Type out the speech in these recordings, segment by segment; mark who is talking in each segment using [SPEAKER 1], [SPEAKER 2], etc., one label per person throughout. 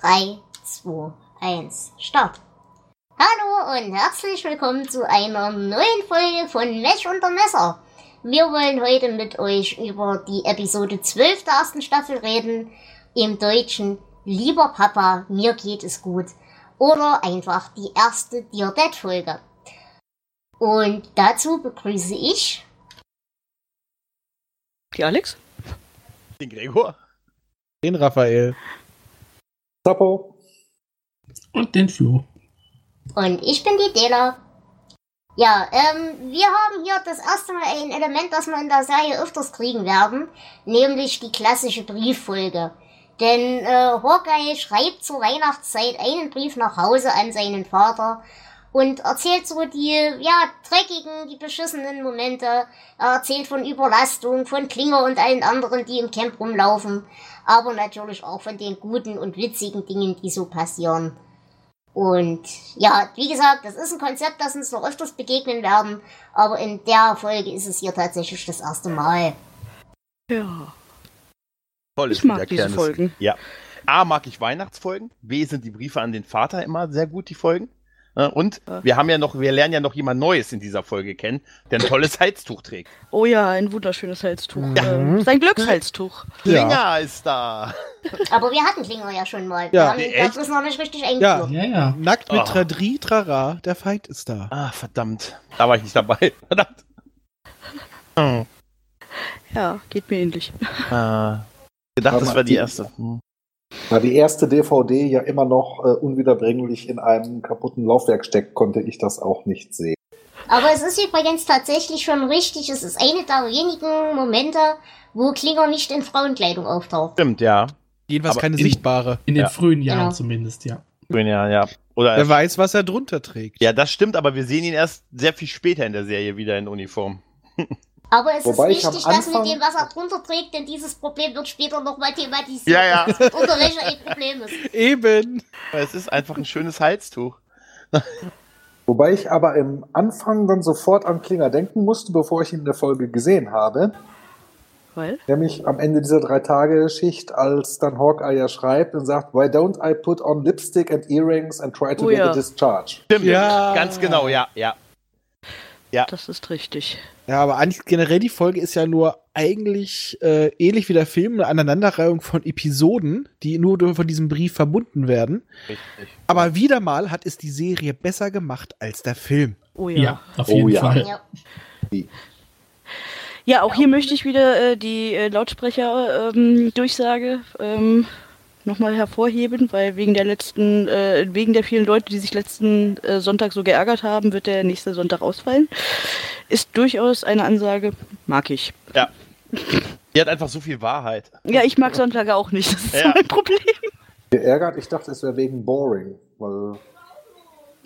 [SPEAKER 1] 3, 2, 1, Start. Hallo und herzlich willkommen zu einer neuen Folge von Mesh unter Messer. Wir wollen heute mit euch über die Episode 12 der ersten Staffel reden. Im Deutschen Lieber Papa, mir geht es gut. Oder einfach die erste Dear Dad Folge. Und dazu begrüße ich
[SPEAKER 2] Die Alex?
[SPEAKER 3] Den Gregor?
[SPEAKER 4] Den Raphael.
[SPEAKER 5] Zappo.
[SPEAKER 6] Und den Flo.
[SPEAKER 1] Und ich bin die Dela. Ja, ähm, wir haben hier das erste Mal ein Element, das wir in der Serie öfters kriegen werden, nämlich die klassische Brieffolge. Denn äh, Hawkeye schreibt zur Weihnachtszeit einen Brief nach Hause an seinen Vater und erzählt so die, ja, dreckigen, die beschissenen Momente. Er erzählt von Überlastung, von Klinger und allen anderen, die im Camp rumlaufen, aber natürlich auch von den guten und witzigen Dingen, die so passieren. Und ja, wie gesagt, das ist ein Konzept, das uns noch öfters begegnen werden, aber in der Folge ist es hier tatsächlich das erste Mal.
[SPEAKER 2] Ja.
[SPEAKER 3] Toll
[SPEAKER 2] Ich
[SPEAKER 3] ist
[SPEAKER 2] mag
[SPEAKER 3] der
[SPEAKER 2] diese
[SPEAKER 3] Kern des-
[SPEAKER 2] Folgen.
[SPEAKER 3] Ja. A mag ich Weihnachtsfolgen. B sind die Briefe an den Vater immer sehr gut, die Folgen. Äh, Und
[SPEAKER 2] Ja.
[SPEAKER 3] wir haben ja noch, wir lernen ja noch jemand Neues in dieser Folge kennen, der ein tolles Heiztuch trägt.
[SPEAKER 2] Oh ja, ein wunderschönes Halstuch.
[SPEAKER 4] Mhm.
[SPEAKER 2] Ähm, sein Glückshalstuch.
[SPEAKER 3] Klinger
[SPEAKER 4] Ja.
[SPEAKER 3] ist da.
[SPEAKER 1] Aber wir hatten Klinger ja schon mal.
[SPEAKER 4] Ja.
[SPEAKER 1] wir haben den
[SPEAKER 3] Echt?
[SPEAKER 1] Platzes noch nicht richtig eingeführt.
[SPEAKER 6] Ja, ja.
[SPEAKER 4] Nackt mit
[SPEAKER 3] Ah.
[SPEAKER 4] Tradri, Trara, der Feind ist da.
[SPEAKER 3] Ah, verdammt. Da war ich nicht dabei. Verdammt. Hm.
[SPEAKER 2] Ja, geht mir ähnlich.
[SPEAKER 3] Äh, gedacht, das war die erste. Hm.
[SPEAKER 5] Da die erste DVD ja immer noch äh, unwiederbringlich in einem kaputten Laufwerk steckt, konnte ich das auch nicht sehen.
[SPEAKER 1] Aber es ist übrigens tatsächlich schon richtig, es ist eine der wenigen Momente, wo Klinger nicht in Frauenkleidung auftaucht.
[SPEAKER 3] Stimmt, ja.
[SPEAKER 4] Jedenfalls
[SPEAKER 3] aber
[SPEAKER 4] keine
[SPEAKER 3] in-
[SPEAKER 4] sichtbare.
[SPEAKER 6] In den
[SPEAKER 3] Ja.
[SPEAKER 6] frühen Jahren
[SPEAKER 1] Genau.
[SPEAKER 6] zumindest, ja.
[SPEAKER 3] Schön, ja, ja. Oder,
[SPEAKER 4] Wer weiß, was er drunter trägt.
[SPEAKER 3] ja, das stimmt, aber wir sehen ihn erst sehr viel später in der Serie wieder in Uniform.
[SPEAKER 1] Aber es
[SPEAKER 5] Wobei
[SPEAKER 1] ist
[SPEAKER 5] ich am
[SPEAKER 1] wichtig, dass mit
[SPEAKER 5] Anfang-
[SPEAKER 1] dem, was er drunter trägt, denn dieses Problem wird später nochmal thematisiert.
[SPEAKER 3] Ja, ja.
[SPEAKER 1] Unter welcher ein Problem ist.
[SPEAKER 4] Eben.
[SPEAKER 3] Aber es ist einfach ein schönes Halstuch.
[SPEAKER 5] Wobei ich aber im Anfang dann sofort an Klinger denken musste, bevor ich ihn in der Folge gesehen habe.
[SPEAKER 2] Weil?
[SPEAKER 5] Nämlich am Ende dieser Drei-Tage-Schicht, als dann Hawkeye ja schreibt und sagt, Why don't I put on lipstick and earrings and try to
[SPEAKER 2] Oh
[SPEAKER 5] get
[SPEAKER 2] ja.
[SPEAKER 5] a discharge?
[SPEAKER 3] Stimmt,
[SPEAKER 4] Ja.
[SPEAKER 3] ganz genau, ja, ja.
[SPEAKER 2] Das ist richtig.
[SPEAKER 4] Ja, aber eigentlich generell die Folge ist ja nur eigentlich äh, ähnlich wie der Film eine Aneinanderreihung von Episoden, die nur durch- von diesem Brief verbunden werden.
[SPEAKER 3] Richtig.
[SPEAKER 4] Aber wieder mal hat es die Serie besser gemacht als der Film.
[SPEAKER 2] Oh
[SPEAKER 6] Ja,
[SPEAKER 2] ja.
[SPEAKER 6] auf
[SPEAKER 5] Oh
[SPEAKER 6] jeden
[SPEAKER 5] ja.
[SPEAKER 6] Fall.
[SPEAKER 1] Ja.
[SPEAKER 2] Ja, auch hier möchte ich wieder äh, die äh, Lautsprecher-Durchsage ähm, nochmal hervorheben, weil wegen der letzten, äh, wegen der vielen Leute, die sich letzten äh, Sonntag so geärgert haben, wird der nächste Sonntag ausfallen. Ist durchaus eine Ansage, mag ich.
[SPEAKER 3] Die hat einfach so viel Wahrheit.
[SPEAKER 2] Ja, ich mag Sonntage auch nicht, das ist
[SPEAKER 3] Ja.
[SPEAKER 2] mein Problem.
[SPEAKER 5] Geärgert, ich dachte, es wäre wegen boring. Weil,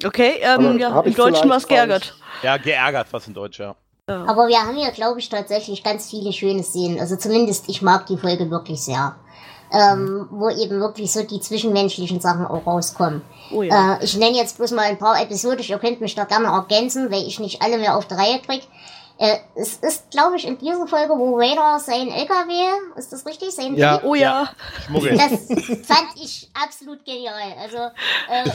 [SPEAKER 2] Okay,
[SPEAKER 5] Aber
[SPEAKER 2] ähm, ja,
[SPEAKER 5] hab
[SPEAKER 2] im
[SPEAKER 5] ich
[SPEAKER 2] Deutschen
[SPEAKER 5] vielleicht
[SPEAKER 2] war es
[SPEAKER 5] falsch.
[SPEAKER 2] geärgert.
[SPEAKER 3] Ja, geärgert, was in Deutsch, ja.
[SPEAKER 1] Aber wir haben hier, glaube ich, tatsächlich ganz viele schöne Szenen. Also zumindest ich mag die Folge wirklich sehr. Ähm, wo eben wirklich so die zwischenmenschlichen Sachen auch rauskommen.
[SPEAKER 2] Oh ja.
[SPEAKER 1] Äh, ich nenne jetzt bloß mal ein paar episodisch, ihr könnt mich da gerne ergänzen, weil ich nicht alle mehr auf die Reihe krieg. Äh, es ist, glaube ich, in dieser Folge, wo Vader sein LKW, ist das richtig? Sein
[SPEAKER 4] Ja.
[SPEAKER 1] Jeep?
[SPEAKER 2] Oh ja.
[SPEAKER 3] Schmuggel.
[SPEAKER 1] Das fand ich absolut genial. Also, äh,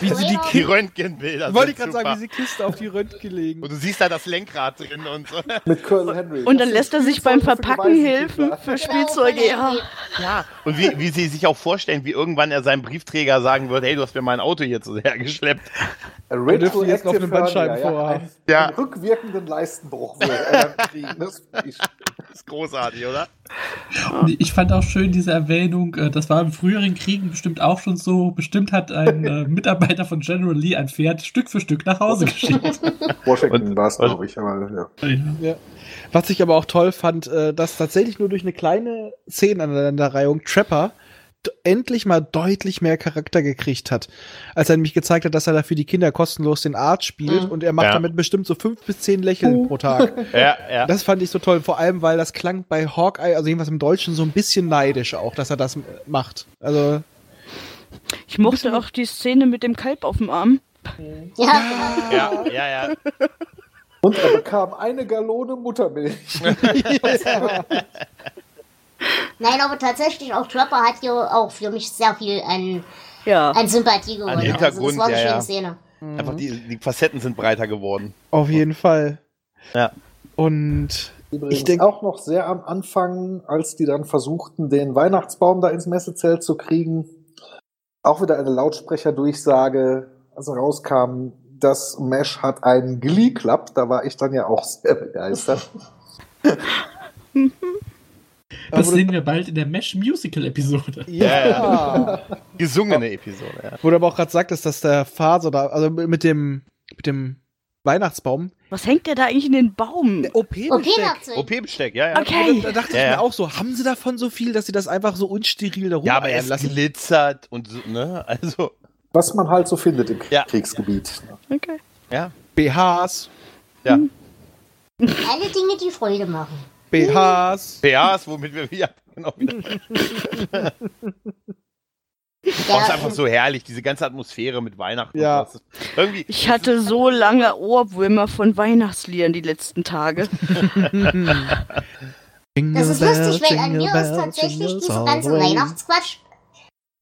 [SPEAKER 3] Wie sie die,
[SPEAKER 1] Vader-
[SPEAKER 3] die Röntgenbilder
[SPEAKER 4] Wollte ich
[SPEAKER 3] sind
[SPEAKER 4] gerade
[SPEAKER 3] Also
[SPEAKER 4] sagen, wie
[SPEAKER 3] super.
[SPEAKER 4] sie Kiste auf die Röntgen legen.
[SPEAKER 3] Und du siehst da das Lenkrad drin und so.
[SPEAKER 5] mit Colonel Henry.
[SPEAKER 2] Und dann
[SPEAKER 5] Das
[SPEAKER 2] lässt er
[SPEAKER 5] sind
[SPEAKER 2] sich beim
[SPEAKER 5] Spielzeuge für die
[SPEAKER 2] Verpacken
[SPEAKER 5] Weißen,
[SPEAKER 2] helfen
[SPEAKER 5] Kinder.
[SPEAKER 2] für
[SPEAKER 1] Genau,
[SPEAKER 2] Spielzeuge,
[SPEAKER 1] von
[SPEAKER 2] ja.
[SPEAKER 1] LKW.
[SPEAKER 3] Ja. Und wie, wie sie sich auch vorstellen, wie irgendwann er seinem Briefträger sagen wird, hey, du hast mir mein Auto hier zu sehr geschleppt.
[SPEAKER 5] A
[SPEAKER 4] Wir dürfen jetzt noch
[SPEAKER 5] retroactive
[SPEAKER 4] einen Bandscheibenvorhang.
[SPEAKER 5] Hernia,
[SPEAKER 3] Ja.
[SPEAKER 5] Ja, einen rückwirkenden Leistenbruch würde er dann kriegen. Das finde ich
[SPEAKER 3] Das ist großartig, oder?
[SPEAKER 6] Und ich fand auch schön diese Erwähnung, äh, das war in früheren Kriegen bestimmt auch schon so. Bestimmt hat ein äh, Mitarbeiter von General Lee ein Pferd Stück für Stück nach Hause geschickt.
[SPEAKER 5] Washington
[SPEAKER 3] Und-
[SPEAKER 5] war es,
[SPEAKER 3] und-
[SPEAKER 5] glaube ich. Aber, ja.
[SPEAKER 4] Was ich aber auch toll fand, äh, dass tatsächlich nur durch eine kleine Szenenaneinanderreihung Trapper d- endlich mal deutlich mehr Charakter gekriegt hat, als er nämlich gezeigt hat, dass er dafür die Kinder kostenlos den Art spielt
[SPEAKER 1] Mhm.
[SPEAKER 4] und er macht
[SPEAKER 3] Ja.
[SPEAKER 4] damit bestimmt so fünf bis zehn Lächeln pro Tag.
[SPEAKER 3] Ja, ja.
[SPEAKER 4] Das fand ich so toll, vor allem, weil das klang bei Hawkeye, also jedenfalls im Deutschen, so ein bisschen neidisch auch, dass er das m- macht. Also,
[SPEAKER 2] Ich mochte auch die Szene mit dem Kalb auf dem Arm.
[SPEAKER 1] Ja, genau.
[SPEAKER 3] Ja, ja, ja.
[SPEAKER 5] Und er bekam eine Gallone Muttermilch.
[SPEAKER 1] Nein, aber tatsächlich auch Trapper hat ja auch für mich sehr viel an,
[SPEAKER 2] Ja.
[SPEAKER 1] an Sympathie gewonnen. also das
[SPEAKER 3] Hintergrund,
[SPEAKER 1] war eine
[SPEAKER 3] ja,
[SPEAKER 1] schöne
[SPEAKER 3] ja.
[SPEAKER 1] Szene.
[SPEAKER 3] Einfach die, die Facetten sind breiter geworden.
[SPEAKER 4] auf jeden Fall.
[SPEAKER 3] Ja.
[SPEAKER 4] Und
[SPEAKER 5] Übrigens ich
[SPEAKER 4] denk-
[SPEAKER 5] denke auch noch sehr am Anfang, als die dann versuchten, den Weihnachtsbaum da ins Messezelt zu kriegen, auch wieder eine Lautsprecherdurchsage, also rauskam, das Mesh hat einen Glee Club, da war ich dann ja auch sehr begeistert.
[SPEAKER 6] Das
[SPEAKER 4] Aber-
[SPEAKER 6] sehen wir bald in der Mesh Musical Episode.
[SPEAKER 3] Ja,
[SPEAKER 4] ja. Oh.
[SPEAKER 3] Gesungene Episode, ja.
[SPEAKER 4] Wo du aber auch gerade sagtest, dass der Faser da, also mit dem, mit dem Weihnachtsbaum.
[SPEAKER 2] Was hängt der da eigentlich in den Baum?
[SPEAKER 1] Okay,
[SPEAKER 4] OP-Besteck.
[SPEAKER 1] Nachtsehen.
[SPEAKER 3] OP-Besteck, ja, ja.
[SPEAKER 2] Okay.
[SPEAKER 4] Da dachte
[SPEAKER 3] Ja,
[SPEAKER 4] ich
[SPEAKER 3] ja.
[SPEAKER 4] mir auch so, haben sie davon so viel, dass sie das einfach so unsteril da
[SPEAKER 3] Ja, aber es
[SPEAKER 4] rumeiern lassen?
[SPEAKER 3] glitzert und so, ne? Also,
[SPEAKER 5] Was man halt so findet im
[SPEAKER 3] Ja.
[SPEAKER 5] Kriegsgebiet.
[SPEAKER 2] Okay.
[SPEAKER 3] ja.
[SPEAKER 4] BHs,
[SPEAKER 3] Ja.
[SPEAKER 1] Alle Dinge, die Freude machen.
[SPEAKER 4] BHs.
[SPEAKER 3] PAs, womit wir wieder. Genau wieder.
[SPEAKER 1] Ja,
[SPEAKER 3] Das ist einfach so herrlich, diese ganze Atmosphäre mit Weihnachten. und
[SPEAKER 4] Ja.
[SPEAKER 3] so. Das ist Irgendwie,
[SPEAKER 2] Ich hatte so lange Ohrwürmer von Weihnachtsliedern die letzten Tage.
[SPEAKER 1] Das ist lustig, weil an mir ist tatsächlich dieser ganze Weihnachtsquatsch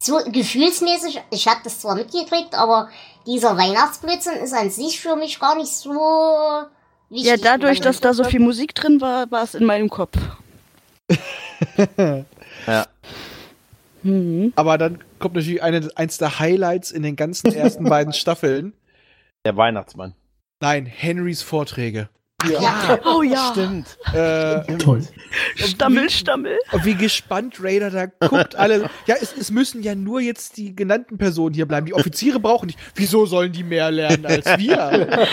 [SPEAKER 1] so gefühlsmäßig, ich habe das zwar mitgekriegt, aber dieser Weihnachtsblödsinn ist an sich für mich gar nicht so wichtig.
[SPEAKER 2] Ja, dadurch, dass da so viel Musik drin war, war es in meinem Kopf.
[SPEAKER 3] ja.
[SPEAKER 2] Hm.
[SPEAKER 4] Aber dann kommt natürlich eine, eins der Highlights in den ganzen ersten beiden Staffeln.
[SPEAKER 3] Der Weihnachtsmann.
[SPEAKER 4] Nein, Henrys Vorträge.
[SPEAKER 1] Ja,
[SPEAKER 2] Oh ja,
[SPEAKER 3] Stimmt.
[SPEAKER 4] Äh,
[SPEAKER 6] Toll.
[SPEAKER 2] Stammel, Stammel.
[SPEAKER 4] und wie gespannt Raider da guckt. Alle, ja, es, es müssen ja nur jetzt die genannten Personen hier bleiben. Die Offiziere brauchen nicht. Wieso sollen die mehr lernen als wir?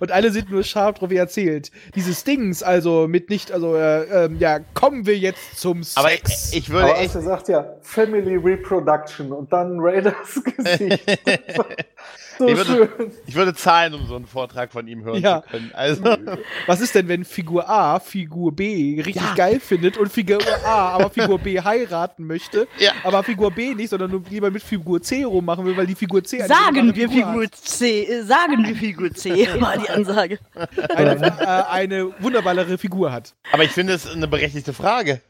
[SPEAKER 4] Und alle sind nur scharf drauf, wie erzählt. Dieses Dings, also mit nicht, also, äh, ähm, ja, kommen wir jetzt zum
[SPEAKER 3] Aber ich,
[SPEAKER 4] Sex.
[SPEAKER 3] ich würde
[SPEAKER 5] Aber
[SPEAKER 3] echt.
[SPEAKER 5] als er sagt ja, Family Reproduction und dann Raiders Gesicht. so
[SPEAKER 3] Ich würde-
[SPEAKER 5] schön.
[SPEAKER 3] Ich würde zahlen, um so einen Vortrag von ihm hören
[SPEAKER 4] Ja.
[SPEAKER 3] zu können. Also,
[SPEAKER 4] Was ist denn, wenn Figur A Figur B richtig geil findet und Figur A aber Figur B heiraten möchte,
[SPEAKER 3] Ja.
[SPEAKER 4] aber Figur B nicht, sondern nur lieber mit Figur C rummachen will, weil die Figur C eine
[SPEAKER 2] Sagen
[SPEAKER 4] wunderbare
[SPEAKER 2] wir
[SPEAKER 4] hat.
[SPEAKER 2] Figur C, äh, sagen wir Figur C, war die Ansage.
[SPEAKER 4] eine, äh, eine wunderbare Figur hat.
[SPEAKER 3] aber ich finde es eine berechtigte Frage.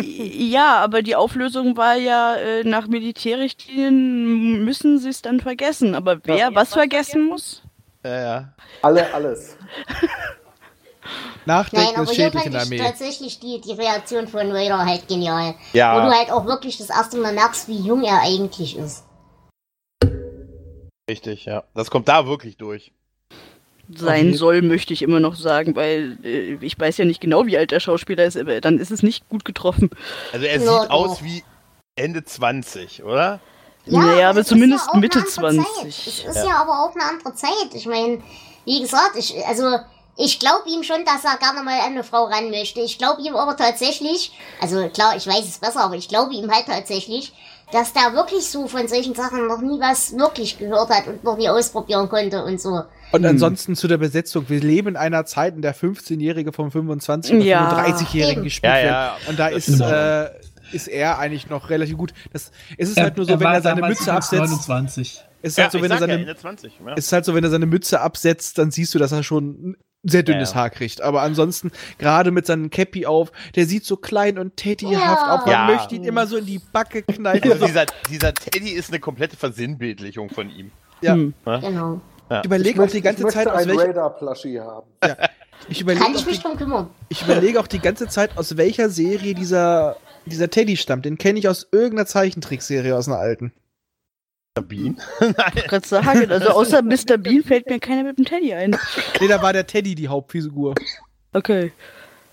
[SPEAKER 2] Ja, aber die Auflösung war ja, äh, nach Militärrichtlinien müssen sie es dann vergessen. Aber wer was vergessen muss?
[SPEAKER 3] Ja, ja.
[SPEAKER 5] Alle, alles.
[SPEAKER 1] nein,
[SPEAKER 4] Nachdenken
[SPEAKER 1] aber
[SPEAKER 4] ist
[SPEAKER 1] hier
[SPEAKER 4] schädlich
[SPEAKER 1] fand
[SPEAKER 4] in der
[SPEAKER 1] ich
[SPEAKER 4] Armee.
[SPEAKER 1] tatsächlich die, die Reaktion von Raider halt genial.
[SPEAKER 3] Ja.
[SPEAKER 1] Wo du halt auch wirklich das erste Mal merkst, wie jung er eigentlich ist.
[SPEAKER 3] Richtig, ja. Das kommt da wirklich durch.
[SPEAKER 2] Sein
[SPEAKER 4] Okay.
[SPEAKER 2] soll, möchte ich immer noch sagen, weil äh, ich weiß ja nicht genau, wie alt der Schauspieler ist, aber dann ist es nicht gut getroffen.
[SPEAKER 3] Also er
[SPEAKER 1] Ja,
[SPEAKER 3] sieht
[SPEAKER 1] doch.
[SPEAKER 3] aus wie Ende 20, oder?
[SPEAKER 2] naja,
[SPEAKER 1] es
[SPEAKER 2] aber
[SPEAKER 1] ist
[SPEAKER 2] zumindest
[SPEAKER 1] ja auch eine
[SPEAKER 2] Mitte
[SPEAKER 1] andere
[SPEAKER 2] 20.
[SPEAKER 1] Zeit. Es ist ja. aber auch eine andere Zeit. Ich meine, wie gesagt, ich, also ich glaube ihm schon, dass er gerne mal an eine Frau ran möchte. Ich glaube ihm aber tatsächlich, also klar, ich weiß es besser, aber ich glaube ihm halt tatsächlich, dass der wirklich so von solchen Sachen noch nie was wirklich gehört hat und noch nie ausprobieren konnte und so.
[SPEAKER 4] Und ansonsten zu der Besetzung. Wir leben in einer Zeit, in der 15-Jährige vom 25- oder
[SPEAKER 2] Ja.
[SPEAKER 4] 35-Jährigen gespielt
[SPEAKER 3] Ja,
[SPEAKER 4] werden.
[SPEAKER 3] ja.
[SPEAKER 4] Und da ist,
[SPEAKER 6] stimmt.
[SPEAKER 4] äh, ist er eigentlich noch relativ gut. Das, es ist
[SPEAKER 6] Er-
[SPEAKER 4] halt nur so, wenn
[SPEAKER 6] war
[SPEAKER 4] er seine
[SPEAKER 6] damals
[SPEAKER 4] Mütze
[SPEAKER 6] übrigens
[SPEAKER 4] absetzt.
[SPEAKER 6] 29.
[SPEAKER 4] Es ist halt so,
[SPEAKER 3] ich
[SPEAKER 4] wenn er
[SPEAKER 3] sag ja,
[SPEAKER 4] seine
[SPEAKER 3] Ende 20. Ja.
[SPEAKER 4] Es ist halt so, wenn er seine Mütze absetzt, dann siehst du, dass er schon ein sehr dünnes
[SPEAKER 3] Ja.
[SPEAKER 4] Haar kriegt. Aber ansonsten, gerade mit seinem Cappy auf, der sieht so klein und tätiehaft
[SPEAKER 1] Ja.
[SPEAKER 4] auf. Man
[SPEAKER 3] Ja.
[SPEAKER 4] möchte ihn immer so in die Backe kneifen.
[SPEAKER 3] also dieser, dieser Teddy ist eine komplette Versinnbildlichung von ihm.
[SPEAKER 4] Ja.
[SPEAKER 2] Hm.
[SPEAKER 1] Genau.
[SPEAKER 4] Ich überlege auch die ganze
[SPEAKER 5] ich möchte
[SPEAKER 4] Zeit, aus
[SPEAKER 5] ein
[SPEAKER 4] welcher,
[SPEAKER 5] Radar-Plushie haben.
[SPEAKER 4] ich
[SPEAKER 1] Kann
[SPEAKER 4] überlege
[SPEAKER 1] ich
[SPEAKER 4] auch, die,
[SPEAKER 1] mich drum kümmern.
[SPEAKER 4] ich überlege auch die ganze Zeit, aus welcher Serie dieser, dieser Teddy stammt. Den kenne ich aus irgendeiner Zeichentrickserie aus einer alten.
[SPEAKER 3] Sabine?
[SPEAKER 2] Ich wollte gerade sagen, also außer Mr. Bean fällt mir keiner mit dem Teddy ein.
[SPEAKER 4] Nee, da war der Teddy die Hauptfigur.
[SPEAKER 2] Okay.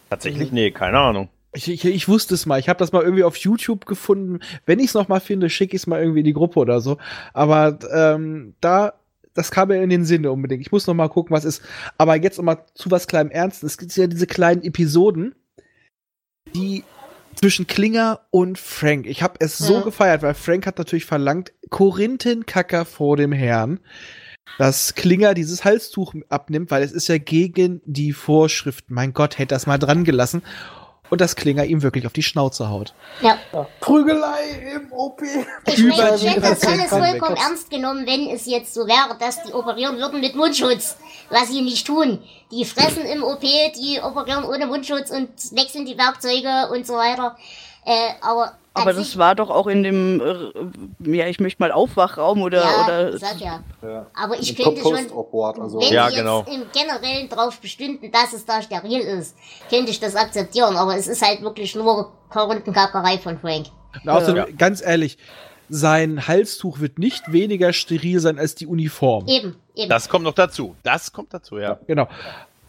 [SPEAKER 3] Tatsächlich? Nee, keine Ahnung.
[SPEAKER 4] Ich, ich, ich wusste es mal. Ich habe das mal irgendwie auf YouTube gefunden. Wenn ich es noch mal finde, schicke ich es mal irgendwie in die Gruppe oder so. Aber ähm, da, das kam mir in den Sinne unbedingt. Ich muss noch mal gucken, was ist. Aber jetzt noch mal zu was kleinem Ernsten. Es gibt ja diese kleinen Episoden, die zwischen Klinger und Frank. Ich habe es so
[SPEAKER 1] Ja.
[SPEAKER 4] gefeiert, weil Frank hat natürlich verlangt, Korinthenkacker vor dem Herrn, dass Klinger dieses Halstuch abnimmt, weil es ist ja gegen die Vorschriften. Mein Gott, hätte das mal dran gelassen. Und dass Klinger ihm wirklich auf die Schnauze haut.
[SPEAKER 1] Ja.
[SPEAKER 5] Prügelei im OP.
[SPEAKER 1] Ich meine, ich
[SPEAKER 4] Überall
[SPEAKER 1] hätte das
[SPEAKER 4] wieder
[SPEAKER 1] alles
[SPEAKER 4] Krankheit.
[SPEAKER 1] vollkommen ernst genommen, wenn es jetzt so wäre, dass die operieren würden mit Mundschutz, was sie nicht tun. Die fressen im OP, die operieren ohne Mundschutz und wechseln die Werkzeuge und so weiter. Äh, aber an
[SPEAKER 2] Aber
[SPEAKER 1] sich-
[SPEAKER 2] das war doch auch in dem, äh, ja, ich möchte mal Aufwachraum oder,
[SPEAKER 1] ja,
[SPEAKER 2] oder
[SPEAKER 1] sag ja.
[SPEAKER 5] Ja.
[SPEAKER 1] Aber ich
[SPEAKER 5] Ein
[SPEAKER 1] könnte schon,
[SPEAKER 5] Post-Award, also
[SPEAKER 1] wenn
[SPEAKER 3] Ja,
[SPEAKER 1] die
[SPEAKER 3] genau.
[SPEAKER 1] jetzt im Generellen drauf bestünden, dass es da steril ist, könnte ich das akzeptieren. Aber es ist halt wirklich nur Karotenkackerei von Frank.
[SPEAKER 4] Und außerdem, ganz ehrlich, sein Halstuch wird nicht weniger steril sein als die Uniform.
[SPEAKER 1] Eben, eben.
[SPEAKER 3] Das kommt noch dazu. Das kommt dazu, ja.
[SPEAKER 4] Genau.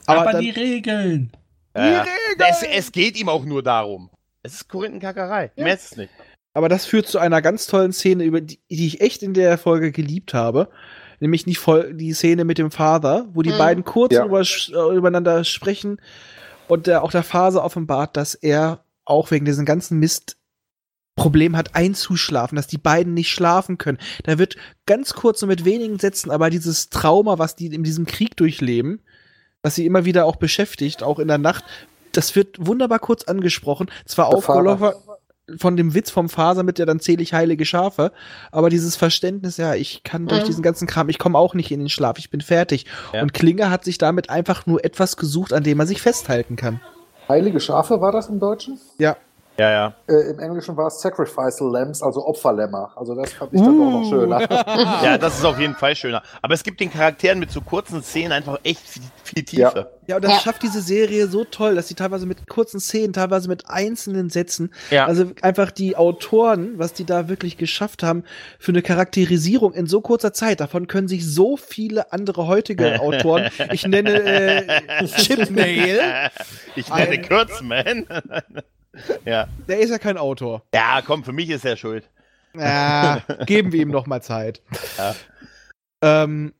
[SPEAKER 6] Aber,
[SPEAKER 4] Aber, dann,
[SPEAKER 6] die Regeln.
[SPEAKER 3] ja. Es, es geht ihm auch nur darum. Es ist Korinthenkackerei. Mehr ist es nicht.
[SPEAKER 4] aber das führt zu einer ganz tollen Szene, über die, die ich echt in der Folge geliebt habe. Nämlich die, Fol- die Szene mit dem Father, wo die
[SPEAKER 1] Mhm.
[SPEAKER 4] beiden kurz
[SPEAKER 5] Ja.
[SPEAKER 4] über, äh, übereinander sprechen und der, auch der Father offenbart, dass er auch wegen diesem ganzen Mist Problem hat, einzuschlafen, dass die beiden nicht schlafen können. Da wird ganz kurz und mit wenigen Sätzen aber dieses Trauma, was die in diesem Krieg durchleben, was sie immer wieder auch beschäftigt, auch in der Nacht, das wird wunderbar kurz angesprochen. Zwar
[SPEAKER 5] Der
[SPEAKER 4] aufgelaufen von dem Witz vom Faser mit, ja, dann zähle ich heilige Schafe, aber dieses Verständnis, ja, ich kann durch
[SPEAKER 1] Mhm.
[SPEAKER 4] diesen ganzen Kram, ich komme auch nicht in den Schlaf, ich bin fertig.
[SPEAKER 3] Ja.
[SPEAKER 4] Und Klinger hat sich damit einfach nur etwas gesucht, an dem er sich festhalten kann.
[SPEAKER 5] Heilige Schafe war das im Deutschen?
[SPEAKER 4] Ja.
[SPEAKER 3] Ja, ja.
[SPEAKER 5] Äh, Im Englischen war es Sacrificial Lambs, also Opferlämmer. Also das fand ich dann doch noch schöner.
[SPEAKER 3] Ja, das ist auf jeden Fall schöner. Aber es gibt den Charakteren mit so kurzen Szenen einfach echt viel, viel Tiefe.
[SPEAKER 4] Ja, und das
[SPEAKER 1] Ja.
[SPEAKER 4] schafft diese Serie so toll, dass sie teilweise mit kurzen Szenen, teilweise mit einzelnen Sätzen,
[SPEAKER 3] Ja.
[SPEAKER 4] also einfach die Autoren, was die da wirklich geschafft haben, für eine Charakterisierung in so kurzer Zeit, davon können sich so viele andere heutige Autoren, ich nenne äh, Chipnail,
[SPEAKER 3] Ich nenne
[SPEAKER 4] Ein-
[SPEAKER 3] Kurzman. ja.
[SPEAKER 4] der ist ja kein Autor.
[SPEAKER 3] ja, komm, für mich ist er schuld.
[SPEAKER 4] Ja, geben wir ihm noch mal Zeit.
[SPEAKER 3] Ja.
[SPEAKER 4] Ähm,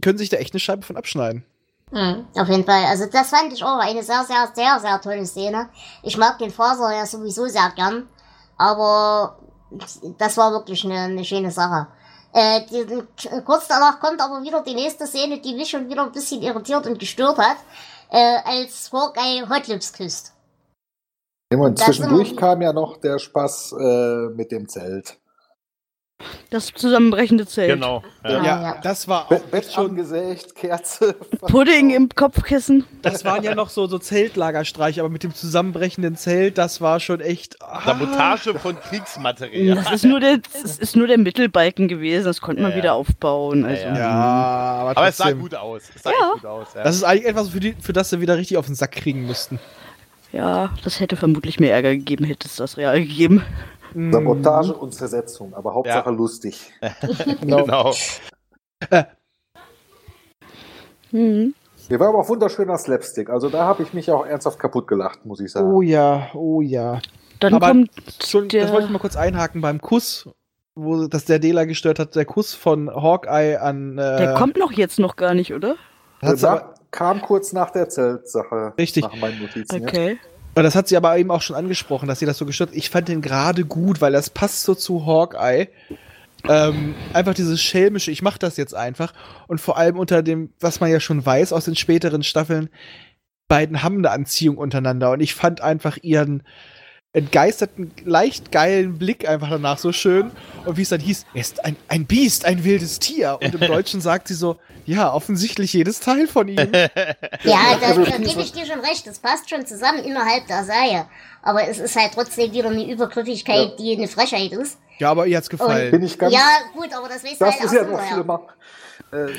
[SPEAKER 4] können sich da echt eine Scheibe von abschneiden.
[SPEAKER 1] Mhm, auf jeden Fall. Also das fand ich auch eine sehr, sehr, sehr, sehr tolle Szene. Ich mag den Faser ja sowieso sehr gern, aber das war wirklich eine, eine schöne Sache. Äh, die, kurz danach kommt aber wieder die nächste Szene, die mich schon wieder ein bisschen irritiert und gestört hat, äh, als Hawkeye Hotlips küsst.
[SPEAKER 5] Und
[SPEAKER 1] Das
[SPEAKER 5] zwischendurch
[SPEAKER 1] immer-
[SPEAKER 5] kam ja noch der Spaß äh, mit dem Zelt.
[SPEAKER 2] das zusammenbrechende Zelt.
[SPEAKER 3] Genau.
[SPEAKER 1] Ja,
[SPEAKER 3] Ja.
[SPEAKER 1] ja.
[SPEAKER 4] das war
[SPEAKER 5] Be Bett schon gesägt, Kerze.
[SPEAKER 2] Pudding im Kopfkissen.
[SPEAKER 4] Das waren ja noch so, so Zeltlagerstreiche, aber mit dem zusammenbrechenden Zelt, das war schon echt. ah.
[SPEAKER 3] Sabotage von Kriegsmaterial.
[SPEAKER 2] Das ist nur der, das ist nur der Mittelbalken gewesen, das konnte man
[SPEAKER 3] Ja, ja.
[SPEAKER 2] wieder aufbauen. Also.
[SPEAKER 3] Ja,
[SPEAKER 4] Ja, aber
[SPEAKER 3] Aber es sah
[SPEAKER 4] trotzdem.
[SPEAKER 3] gut aus. Es sah echt gut aus. Ja.
[SPEAKER 4] Das ist eigentlich etwas, für, die, für das sie wieder richtig auf den Sack kriegen müssten.
[SPEAKER 2] Ja, das hätte vermutlich mehr Ärger gegeben, hätte es das real gegeben.
[SPEAKER 5] Sabotage und Zersetzung, aber Hauptsache lustig.
[SPEAKER 3] genau.
[SPEAKER 2] Hm.
[SPEAKER 5] Hier war aber auch wunderschöner Slapstick. Also da habe ich mich auch ernsthaft kaputt gelacht, muss ich sagen.
[SPEAKER 4] Oh ja, oh ja.
[SPEAKER 2] Dann
[SPEAKER 4] Aber
[SPEAKER 2] kommt
[SPEAKER 4] Schon,
[SPEAKER 2] der,
[SPEAKER 4] das wollte ich mal kurz einhaken beim Kuss, wo das der Dela gestört hat. Der Kuss von Hawkeye an. Äh,
[SPEAKER 2] der kommt noch jetzt noch gar nicht, oder?
[SPEAKER 4] hat's
[SPEAKER 5] Da
[SPEAKER 4] aber,
[SPEAKER 5] kam kurz nach der Zeltsache.
[SPEAKER 4] Richtig.
[SPEAKER 5] Nach meinen Notizen. Ja.
[SPEAKER 2] Okay.
[SPEAKER 4] und das hat sie aber eben auch schon angesprochen, dass sie das so gestört hat. Ich fand den gerade gut, weil das passt so zu Hawkeye. Ähm, einfach dieses schelmische, ich mach das jetzt einfach. Und vor allem unter dem, was man ja schon weiß aus den späteren Staffeln, beiden haben eine Anziehung untereinander. Und ich fand einfach ihren entgeisterten, leicht geilen Blick einfach danach so schön. Und wie es dann hieß, er ist ein, ein Biest, ein wildes Tier. Und im Deutschen sagt sie so, ja, offensichtlich jedes Teil von ihm.
[SPEAKER 1] Ja, da,
[SPEAKER 5] also
[SPEAKER 1] da
[SPEAKER 5] diese-
[SPEAKER 1] gebe ich dir schon recht, das passt schon zusammen innerhalb der Serie. Aber es ist halt trotzdem wieder eine Übergriffigkeit, die eine Frechheit ist.
[SPEAKER 4] Ja, aber ihr hat's gefallen.
[SPEAKER 5] Bin ich ganz
[SPEAKER 1] ja, gut, aber das weißt du
[SPEAKER 5] Das
[SPEAKER 1] halt
[SPEAKER 5] ist
[SPEAKER 1] auch
[SPEAKER 5] ja
[SPEAKER 1] so,
[SPEAKER 5] noch schlimmer. Äh,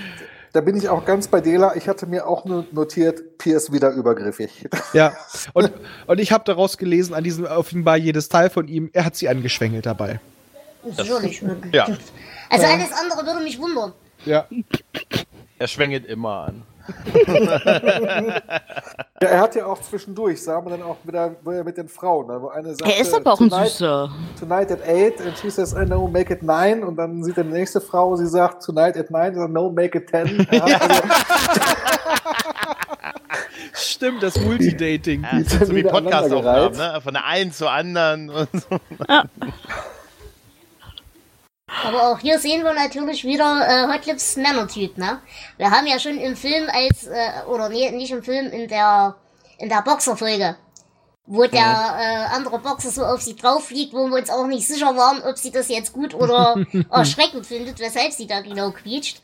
[SPEAKER 5] da bin ich auch ganz bei Dela. Ich hatte mir auch nur notiert, Pierce wieder übergriffig.
[SPEAKER 4] Ja, und, und ich habe daraus gelesen, an diesem offenbar jedes Teil von ihm, er hat sie angeschwängelt dabei.
[SPEAKER 1] Natürlich.
[SPEAKER 3] Ja.
[SPEAKER 1] Also alles andere würde mich wundern.
[SPEAKER 4] Ja.
[SPEAKER 3] Er schwängelt immer an.
[SPEAKER 5] Ja, er hat ja auch zwischendurch, sah man dann auch wieder wo er mit den Frauen. ne, Wo eine sagte,
[SPEAKER 2] Er ist aber auch ein
[SPEAKER 5] tonight,
[SPEAKER 2] Süßer.
[SPEAKER 5] Tonight at 8 and she says, I know, make it 9. Und dann sieht er die nächste Frau, sie sagt, tonight at 9, no, make it 10. Ja, also,
[SPEAKER 4] stimmt, das Multidating.
[SPEAKER 3] Ja, das
[SPEAKER 5] sind
[SPEAKER 3] sind so wie
[SPEAKER 5] wieder
[SPEAKER 3] Podcast-Aufnahmen,
[SPEAKER 5] aneinandergereiht.
[SPEAKER 3] ne? Von der einen zur anderen und so.
[SPEAKER 1] Aber auch hier sehen wir natürlich wieder äh, Hot Lips Männertyp, ne? Wir haben ja schon im Film als, äh, oder nee, nicht im Film, in der, in der Boxerfolge, wo der äh, andere Boxer so auf sie drauf fliegt, wo wir uns auch nicht sicher waren, ob sie das jetzt gut oder erschreckend findet, weshalb sie da genau quietscht.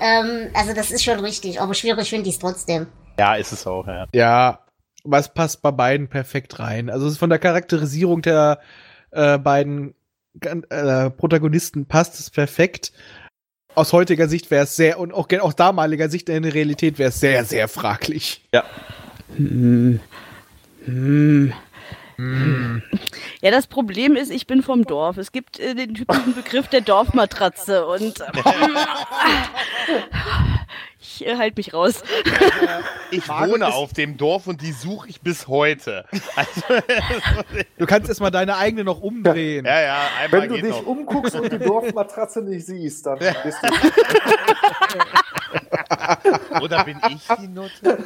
[SPEAKER 1] Ähm, also das ist schon richtig, aber schwierig finde ich es trotzdem.
[SPEAKER 3] Ja, ist es auch, ja.
[SPEAKER 4] Ja, was passt bei beiden perfekt rein. Also es ist von der Charakterisierung der äh, beiden gan- äh, Protagonisten passt es perfekt. Aus heutiger Sicht wäre es sehr, und auch, gen- auch damaliger Sicht in der Realität wäre es sehr, sehr fraglich.
[SPEAKER 2] Hm. Hm. Ja, das Problem ist, ich bin vom Dorf. Es gibt äh, den typischen Begriff der Dorfmatratze und äh, ich äh, halte mich raus.
[SPEAKER 3] Ich
[SPEAKER 4] Margot
[SPEAKER 3] wohne
[SPEAKER 4] ist-
[SPEAKER 3] auf dem Dorf und die suche ich bis heute. Also,
[SPEAKER 4] Du kannst erstmal deine eigene noch umdrehen.
[SPEAKER 3] ja, ja, einmal
[SPEAKER 5] Wenn du
[SPEAKER 3] geht
[SPEAKER 5] dich
[SPEAKER 3] noch.
[SPEAKER 5] umguckst und die Dorfmatratze nicht siehst, dann bist du.
[SPEAKER 3] Oder bin ich die Nutte?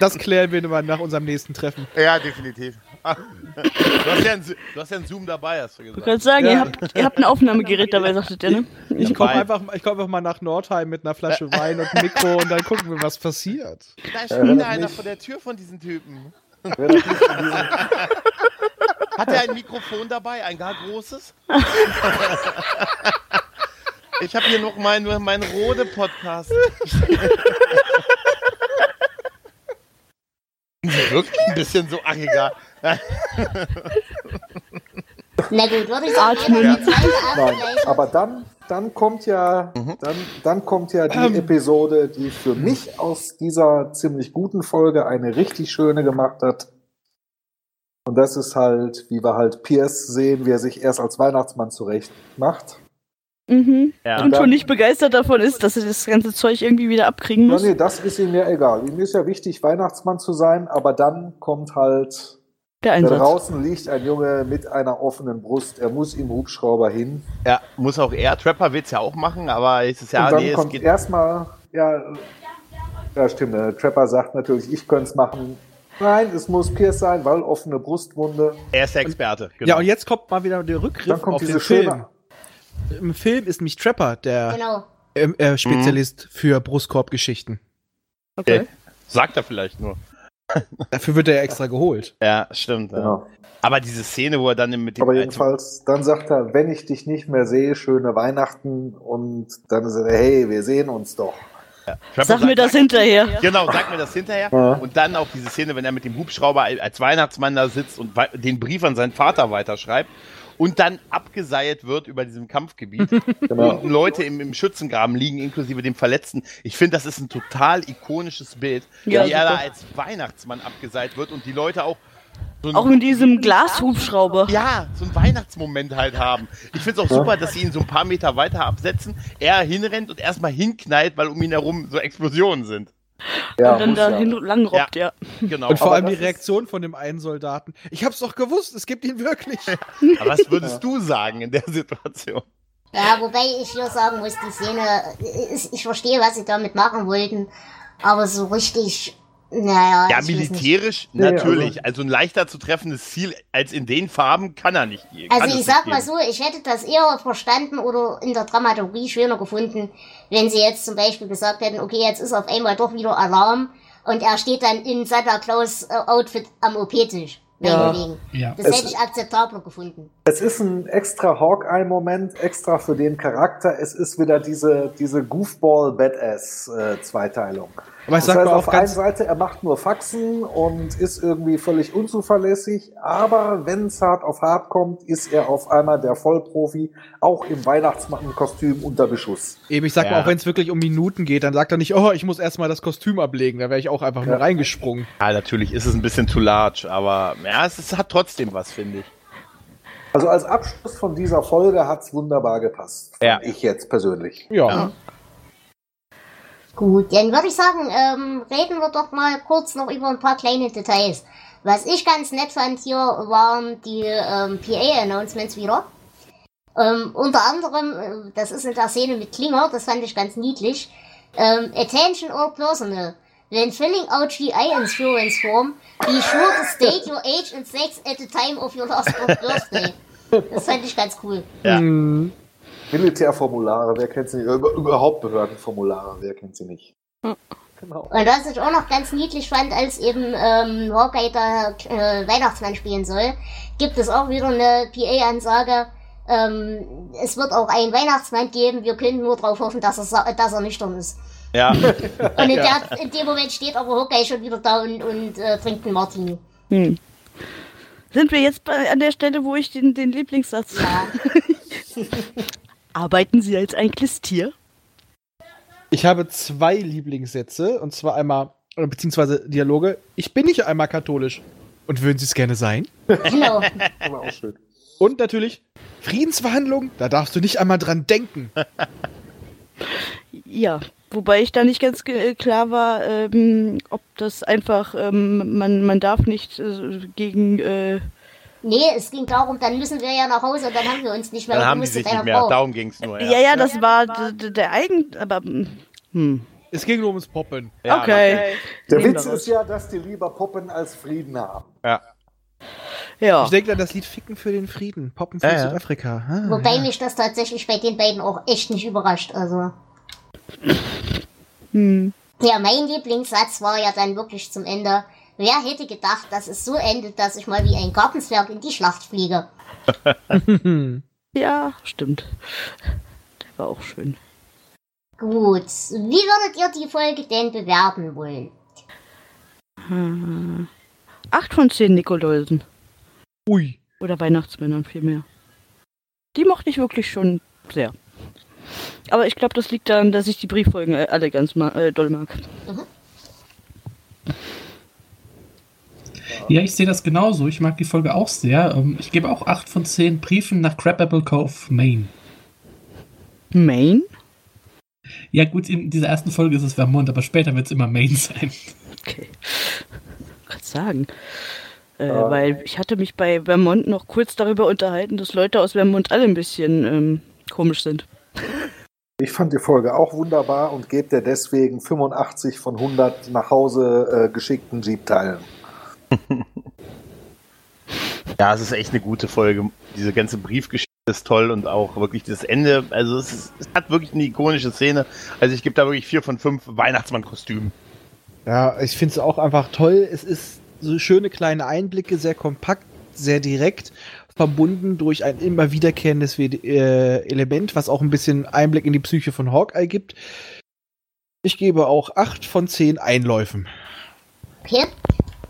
[SPEAKER 4] Das klären wir mal nach unserem nächsten Treffen.
[SPEAKER 3] Ja, definitiv. Du hast ja einen, Zo- du hast ja einen Zoom dabei, hast du
[SPEAKER 2] Ich
[SPEAKER 3] gesagt.
[SPEAKER 2] wollte sagen, ihr,
[SPEAKER 4] Ja.
[SPEAKER 2] habt, ihr habt ein Aufnahmegerät dabei, sagtet ihr, ne?
[SPEAKER 4] Ich
[SPEAKER 3] Ja,
[SPEAKER 4] komme
[SPEAKER 3] bye.
[SPEAKER 4] einfach, ich komm einfach mal nach Nordheim mit einer Flasche Wein und einem Mikro und dann gucken wir, was passiert.
[SPEAKER 3] Da
[SPEAKER 5] Ja,
[SPEAKER 3] steht
[SPEAKER 5] erinnert
[SPEAKER 3] einer
[SPEAKER 5] mich.
[SPEAKER 3] vor der Tür von diesen Typen.
[SPEAKER 5] Wer das nicht von diesem-
[SPEAKER 3] Hat er ein Mikrofon dabei? Ein gar großes? Ich habe hier noch meinen mein Rode-Podcast. Sie wirkt ein bisschen so, ach egal.
[SPEAKER 1] Na gut, würde ich sagen,
[SPEAKER 2] Atmen.
[SPEAKER 1] einer der zweite Abend
[SPEAKER 5] Nein,
[SPEAKER 1] gleich.
[SPEAKER 5] aber dann, dann kommt ja,
[SPEAKER 3] Mhm.
[SPEAKER 5] dann, dann kommt ja die
[SPEAKER 3] Ähm.
[SPEAKER 5] Episode, die für mich aus dieser ziemlich guten Folge eine richtig schöne gemacht hat. Und das ist halt, wie wir halt Pierce sehen, wie er sich erst als Weihnachtsmann zurecht macht.
[SPEAKER 2] Mhm.
[SPEAKER 3] Ja.
[SPEAKER 2] Und schon nicht begeistert davon ist, dass er das ganze Zeug irgendwie wieder
[SPEAKER 3] Hm.
[SPEAKER 2] abkriegen
[SPEAKER 5] Ja,
[SPEAKER 2] muss.
[SPEAKER 5] nee, das ist ihm ja egal. Ihm ist ja wichtig, Weihnachtsmann zu sein, aber dann kommt halt,
[SPEAKER 2] Der
[SPEAKER 5] da
[SPEAKER 2] Einsatz.
[SPEAKER 5] draußen liegt ein Junge mit einer offenen Brust. Er muss im Hubschrauber hin.
[SPEAKER 3] Ja, muss auch er. Trapper wird's ja auch machen, aber es ist ja,
[SPEAKER 5] und dann
[SPEAKER 3] nee, es
[SPEAKER 5] kommt
[SPEAKER 3] geht.
[SPEAKER 5] erstmal, ja, ja, stimmt, der Trapper sagt natürlich, ich könnte es machen. Nein, es muss Pierce sein, weil offene Brustwunde.
[SPEAKER 3] Er ist der Experte. Genau.
[SPEAKER 4] Ja, und jetzt kommt mal wieder der Rückgriff
[SPEAKER 5] Dann kommt
[SPEAKER 4] auf
[SPEAKER 5] diese
[SPEAKER 4] den Film.
[SPEAKER 5] schöne.
[SPEAKER 4] Im Film ist nämlich Trapper der
[SPEAKER 1] Genau.
[SPEAKER 4] ähm, äh, Spezialist für Brustkorbgeschichten.
[SPEAKER 2] Okay.
[SPEAKER 3] Sagt er vielleicht nur.
[SPEAKER 4] Dafür wird er ja extra geholt.
[SPEAKER 3] Ja, stimmt. Ja.
[SPEAKER 5] Genau.
[SPEAKER 3] Aber diese Szene, wo er dann mit dem äh,
[SPEAKER 5] Aber jedenfalls, dann sagt er, wenn ich dich nicht mehr sehe, schöne Weihnachten. Und dann sagt er, hey, wir sehen uns doch.
[SPEAKER 3] Trapper
[SPEAKER 2] Sag mir
[SPEAKER 3] sagt-
[SPEAKER 2] das hinterher.
[SPEAKER 3] Genau, sag mir das hinterher.
[SPEAKER 5] Ja.
[SPEAKER 3] Und dann auch diese Szene, wenn er mit dem Hubschrauber als Weihnachtsmann da sitzt und wei- den Brief an seinen Vater weiterschreibt und dann abgeseilt wird über diesem Kampfgebiet.
[SPEAKER 5] Genau.
[SPEAKER 3] Und Leute im, im Schützengraben liegen, inklusive dem Verletzten. Ich finde, das ist ein total ikonisches Bild,
[SPEAKER 2] Ja,
[SPEAKER 3] wie er da
[SPEAKER 2] super.
[SPEAKER 3] als Weihnachtsmann abgeseilt wird und die Leute auch so ein-
[SPEAKER 2] Auch in diesem Glashubschrauber.
[SPEAKER 3] ja, so einen Weihnachtsmoment halt haben. Ich finde es auch super, dass sie ihn so ein paar Meter weiter absetzen, er hinrennt und erstmal hinknallt, weil um ihn herum so Explosionen sind.
[SPEAKER 5] Ja,
[SPEAKER 2] und dann
[SPEAKER 5] muss
[SPEAKER 2] da
[SPEAKER 5] ja.
[SPEAKER 2] hin lang robbt, ja.
[SPEAKER 3] Genau.
[SPEAKER 4] Und vor
[SPEAKER 5] Aber
[SPEAKER 4] allem die
[SPEAKER 5] das ist-
[SPEAKER 4] Reaktion von dem einen Soldaten. Ich hab's doch gewusst, es gibt ihn wirklich.
[SPEAKER 3] Aber was würdest du sagen in der Situation?
[SPEAKER 1] Ja, wobei ich hier sagen muss, die Szene, äh, ist, ich verstehe, was sie damit machen wollten, aber so richtig, naja.
[SPEAKER 3] Ja,
[SPEAKER 1] ich weiß nicht.
[SPEAKER 3] militärisch
[SPEAKER 5] Nee,
[SPEAKER 3] natürlich. Also ein leichter zu treffendes Ziel als in den Farben kann er nicht gehen. kann
[SPEAKER 1] Also
[SPEAKER 3] es
[SPEAKER 1] ich
[SPEAKER 3] nicht
[SPEAKER 1] sag mal
[SPEAKER 3] geben.
[SPEAKER 1] so, ich hätte das eher verstanden oder in der Dramaturgie schöner gefunden, wenn sie jetzt zum Beispiel gesagt hätten, okay, jetzt ist auf einmal doch wieder Alarm und er steht dann in Santa Claus äh, Outfit am OP-Tisch.
[SPEAKER 2] Ja.
[SPEAKER 1] meinetwegen.
[SPEAKER 6] Ja.
[SPEAKER 1] Das
[SPEAKER 5] Es-
[SPEAKER 1] hätte ich akzeptabler gefunden.
[SPEAKER 5] Es ist ein extra Hawkeye-Moment, extra für den Charakter. Es ist wieder diese, diese äh, Goofball-Badass-Zweiteilung.
[SPEAKER 4] Aber ich
[SPEAKER 5] das
[SPEAKER 4] sag
[SPEAKER 5] heißt,
[SPEAKER 4] mal
[SPEAKER 5] auf
[SPEAKER 4] auch
[SPEAKER 5] der einen
[SPEAKER 4] ganz,
[SPEAKER 5] Seite, er macht nur Faxen und ist irgendwie völlig unzuverlässig, aber wenn es hart auf hart kommt, ist er auf einmal der Vollprofi, auch im Weihnachtsmannkostüm unter Beschuss.
[SPEAKER 4] eben, ich sag
[SPEAKER 3] Ja.
[SPEAKER 4] mal, auch wenn es wirklich um Minuten geht, dann sagt er nicht, oh, ich muss erstmal das Kostüm ablegen. Da wäre ich auch einfach nur reingesprungen.
[SPEAKER 3] Ja, natürlich ist es ein bisschen too large, aber ja, es, ist, hat trotzdem was, finde ich.
[SPEAKER 5] Also als Abschluss von dieser Folge hat's wunderbar gepasst.
[SPEAKER 3] Ja.
[SPEAKER 5] fand Ich jetzt persönlich.
[SPEAKER 4] Ja.
[SPEAKER 1] Gut, dann würde ich sagen, ähm, reden wir doch mal kurz noch über ein paar kleine Details. Was ich ganz nett fand hier, waren die ähm, PA-Announcements wieder. Ähm, unter anderem, äh, das ist in der Szene mit Klinger, das fand ich ganz niedlich. Ähm, Attention all personnel. When filling out GI insurance form, be sure to state your age and sex at the time of your last birthday. Das fand ich ganz cool.
[SPEAKER 3] Ja.
[SPEAKER 5] Militärformulare, wer kennt sie nicht? Über, überhaupt Behördenformulare, wer kennt sie nicht? Genau.
[SPEAKER 1] Und was ich auch noch ganz niedlich fand, als eben ähm, Hawkeye der äh, Weihnachtsmann spielen soll, gibt es auch wieder eine PA-Ansage. Ähm, es wird auch einen Weihnachtsmann geben, wir können nur darauf hoffen, dass er, sa- dass er nüchtern ist.
[SPEAKER 3] Ja.
[SPEAKER 1] Und in, der, in dem Moment steht aber Hawkeye schon wieder da und, und äh, trinkt einen Martini.
[SPEAKER 2] Hm. Sind wir jetzt bei, an der Stelle, wo ich den, den Lieblingssatz.
[SPEAKER 1] Ja.
[SPEAKER 2] Arbeiten Sie als ein Klistier?
[SPEAKER 4] Ich habe zwei Lieblingssätze und zwar einmal, oder beziehungsweise Dialoge. Ich bin nicht einmal katholisch. Und würden Sie es gerne sein?
[SPEAKER 1] Genau.
[SPEAKER 5] Aber auch schön.
[SPEAKER 4] Und natürlich Friedensverhandlungen, da darfst du nicht einmal dran denken.
[SPEAKER 2] Ja. Wobei ich da nicht ganz ge- äh, klar war, ähm, ob das einfach, ähm, man, man darf nicht äh, gegen. Äh,
[SPEAKER 1] Nee, es ging darum, dann müssen wir ja nach Hause und dann haben wir uns nicht mehr.
[SPEAKER 3] Dann
[SPEAKER 1] und du
[SPEAKER 3] haben die
[SPEAKER 1] musst zu
[SPEAKER 3] sich
[SPEAKER 1] deiner
[SPEAKER 3] nicht mehr.
[SPEAKER 1] Frau.
[SPEAKER 3] Darum ging es nur.
[SPEAKER 2] ja, ja, das war d- d- der Eigen. Aber. Hm.
[SPEAKER 4] Es ging nur ums Poppen.
[SPEAKER 3] Ja,
[SPEAKER 2] okay.
[SPEAKER 5] Der
[SPEAKER 2] Nehmen
[SPEAKER 5] Witz
[SPEAKER 2] wir raus.
[SPEAKER 5] ist ja, dass die lieber Poppen als Frieden haben.
[SPEAKER 2] Ja.
[SPEAKER 4] Ich denke an das Lied Ficken für den Frieden, Poppen für
[SPEAKER 3] Ja, ja.
[SPEAKER 4] Südafrika. Ah,
[SPEAKER 1] Wobei mich das tatsächlich bei den beiden auch echt nicht überrascht. Also.
[SPEAKER 2] Hm.
[SPEAKER 1] Ja, mein Lieblingssatz war ja dann wirklich zum Ende. Wer hätte gedacht, dass es so endet, dass ich mal wie ein Gartenzwerg in die Schlacht fliege?
[SPEAKER 2] Ja, stimmt. Der war auch schön.
[SPEAKER 1] Gut, wie würdet ihr die Folge denn bewerten wollen?
[SPEAKER 2] Hm. Acht von zehn Nikoläusen.
[SPEAKER 4] Ui.
[SPEAKER 2] Oder Weihnachtsmännern vielmehr. Die mochte ich wirklich schon sehr. Aber ich glaube, das liegt daran, dass ich die Brieffolgen äh, alle ganz ma äh, doll mag.
[SPEAKER 6] Ja, ich sehe das genauso. Ich mag die Folge auch sehr. Ähm, Ich gebe auch 8 von 10 Briefen nach Crabapple Cove, Maine.
[SPEAKER 2] Maine?
[SPEAKER 6] Ja, gut, in dieser ersten Folge ist es Vermont, aber später wird es immer Maine sein.
[SPEAKER 2] Okay. Kannst sagen. Äh, Weil ich hatte mich bei Vermont noch kurz darüber unterhalten, dass Leute aus Vermont alle ein bisschen ähm, komisch sind.
[SPEAKER 5] Ich fand die Folge auch wunderbar und gebt der deswegen 85 von 100 nach Hause äh, geschickten Jeep-Teilen.
[SPEAKER 3] Ja, es ist echt eine gute Folge. Diese ganze Briefgeschichte ist toll und auch wirklich das Ende. Also es, ist, es hat wirklich eine ikonische Szene. Also ich gebe da wirklich vier von fünf Weihnachtsmann-Kostümen.
[SPEAKER 4] Ja, ich finde es auch einfach toll. Es ist so schöne kleine Einblicke, sehr kompakt, sehr direkt, verbunden durch ein immer wiederkehrendes Wed- äh, Element, was auch ein bisschen Einblick in die Psyche von Hawkeye gibt. Ich gebe auch 8 von 10 Einläufen.
[SPEAKER 1] Okay.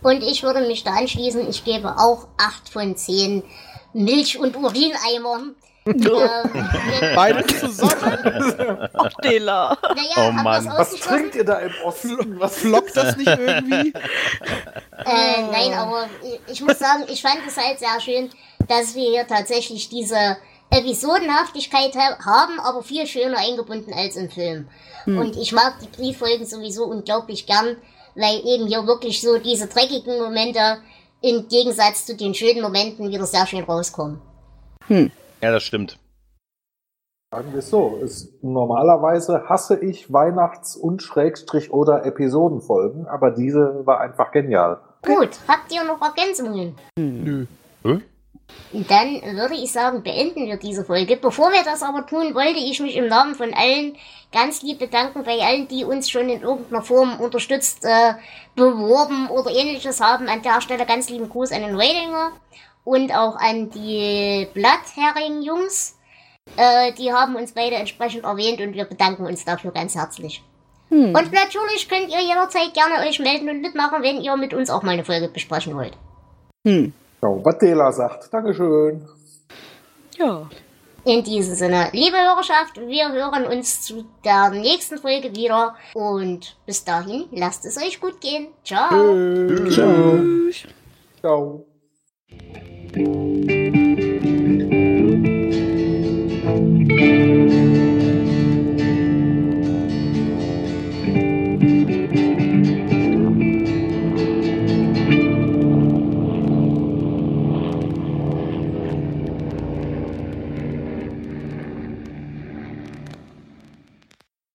[SPEAKER 1] Und ich würde mich da anschließen, ich gebe auch 8 von 10 Milch- und Urineimern. ähm,
[SPEAKER 4] Beides zusammen.
[SPEAKER 2] Dela.
[SPEAKER 1] naja,
[SPEAKER 3] Oh
[SPEAKER 1] haben wir's
[SPEAKER 3] Mann.
[SPEAKER 5] Was
[SPEAKER 1] ausgeschlossen?
[SPEAKER 5] trinkt ihr da im Osten? Was
[SPEAKER 4] Flockt das nicht irgendwie?
[SPEAKER 1] Äh, nein, aber ich muss sagen, ich fand es halt sehr schön, dass wir hier tatsächlich diese Episodenhaftigkeit ha- haben, aber viel schöner eingebunden als im Film. Und ich mag die Brieffolgen sowieso unglaublich gern, weil eben hier wirklich so diese dreckigen Momente im Gegensatz zu den schönen Momenten wieder sehr schön rauskommen.
[SPEAKER 3] Ja, das stimmt.
[SPEAKER 5] Sagen wir es so. Es, normalerweise hasse ich Weihnachts- und Schrägstrich- oder Episodenfolgen, aber diese war einfach genial.
[SPEAKER 1] Gut, habt ihr noch Ergänzungen?
[SPEAKER 4] Nö.
[SPEAKER 1] Dann würde ich sagen, beenden wir diese Folge. Bevor wir das aber tun, wollte ich mich im Namen von allen ganz lieb bedanken bei allen, die uns schon in irgendeiner Form unterstützt, äh, beworben oder ähnliches haben. An der Stelle ganz lieben Gruß an den Ratinger und auch an die Blattherring-Jungs. Äh, die haben uns beide entsprechend erwähnt und wir bedanken uns dafür ganz herzlich. Und natürlich könnt ihr jederzeit gerne euch melden und mitmachen, wenn ihr mit uns auch mal eine Folge besprechen wollt.
[SPEAKER 2] Hm.
[SPEAKER 5] So, was Dela sagt. Dankeschön.
[SPEAKER 2] Ja.
[SPEAKER 1] In diesem Sinne, liebe Hörerschaft, wir hören uns zu der nächsten Folge wieder. Und bis dahin, lasst es euch gut gehen. Ciao.
[SPEAKER 5] Ciao.
[SPEAKER 2] Tschüss.
[SPEAKER 5] Ciao.
[SPEAKER 6] Tschüss.